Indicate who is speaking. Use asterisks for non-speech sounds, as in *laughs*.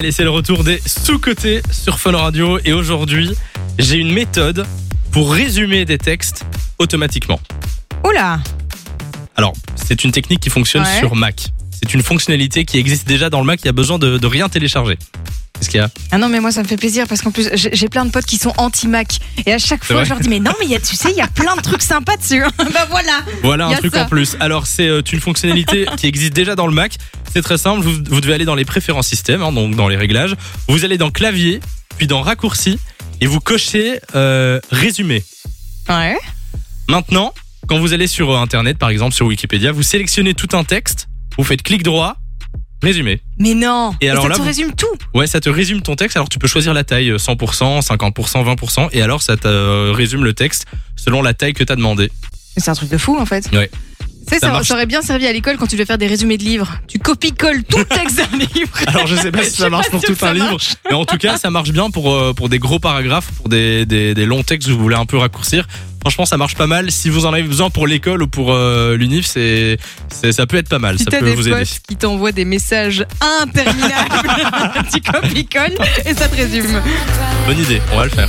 Speaker 1: Allez, c'est le retour des sous-côtés sur Fun Radio et aujourd'hui, j'ai une méthode pour résumer des textes automatiquement.
Speaker 2: Oula
Speaker 1: Alors, c'est une technique qui fonctionne
Speaker 2: Ouais.
Speaker 1: sur Mac. C'est une fonctionnalité qui existe déjà dans le Mac, il y a besoin de, de rien télécharger. Qu'est-ce qu'il y a
Speaker 2: Ah non mais moi ça me fait plaisir parce qu'en plus j'ai j'ai plein de potes qui sont anti-Mac et à chaque
Speaker 1: C'est
Speaker 2: fois
Speaker 1: vrai
Speaker 2: je leur dis mais non mais il y a, tu sais il y a plein de trucs sympas dessus. *laughs* bah voilà
Speaker 1: Voilà
Speaker 2: Il
Speaker 1: un
Speaker 2: y a
Speaker 1: truc
Speaker 2: ça.
Speaker 1: en plus. Alors, c'est euh, une
Speaker 2: *laughs*
Speaker 1: fonctionnalité qui existe déjà dans le Mac. C'est très simple, vous, vous devez aller dans les préférences système, hein, donc dans les réglages. Vous allez dans clavier, puis dans raccourci, et vous cochez euh, résumé.
Speaker 2: Ouais.
Speaker 1: Maintenant, quand vous allez sur euh, Internet, par exemple sur Wikipédia, vous sélectionnez tout un texte, vous faites clic droit, résumé.
Speaker 2: Mais non
Speaker 1: Et alors
Speaker 2: ça
Speaker 1: là,
Speaker 2: te
Speaker 1: vous-
Speaker 2: résume tout
Speaker 1: Ouais, ça te résume ton texte, alors tu peux choisir la taille, euh, 100%, 50%, 20%, et alors ça te euh, résume le texte selon la taille que t'as demandé.
Speaker 2: Mais c'est un truc de fou en fait.
Speaker 1: Ouais.
Speaker 2: Tu sais,
Speaker 1: Ça
Speaker 2: ça,
Speaker 1: marche.
Speaker 2: ça aurait bien servi à l'école quand tu devais faire des résumés de livres. Tu copies-colles tout le
Speaker 1: *laughs*
Speaker 2: texte d'un livre.
Speaker 1: *laughs* Alors je sais pas si
Speaker 2: Je
Speaker 1: ça
Speaker 2: sais
Speaker 1: marche
Speaker 2: pas
Speaker 1: pour
Speaker 2: si
Speaker 1: tout
Speaker 2: ça
Speaker 1: un livre,
Speaker 2: marche.
Speaker 1: mais en tout cas ça marche bien pour, euh, pour des gros paragraphes, pour des, des, des longs textes que vous voulez un peu raccourcir. Franchement ça marche pas mal, si vous en avez besoin pour l'école ou pour euh, l'UNIF, c'est, c'est- ça peut être pas mal,
Speaker 2: Si
Speaker 1: ça
Speaker 2: t'as
Speaker 1: peut
Speaker 2: des
Speaker 1: vous
Speaker 2: potes
Speaker 1: aider.
Speaker 2: qui t'envoient des messages *laughs* interminables, tu copies-colles et ça te résume.
Speaker 1: Bonne idée, on va le faire.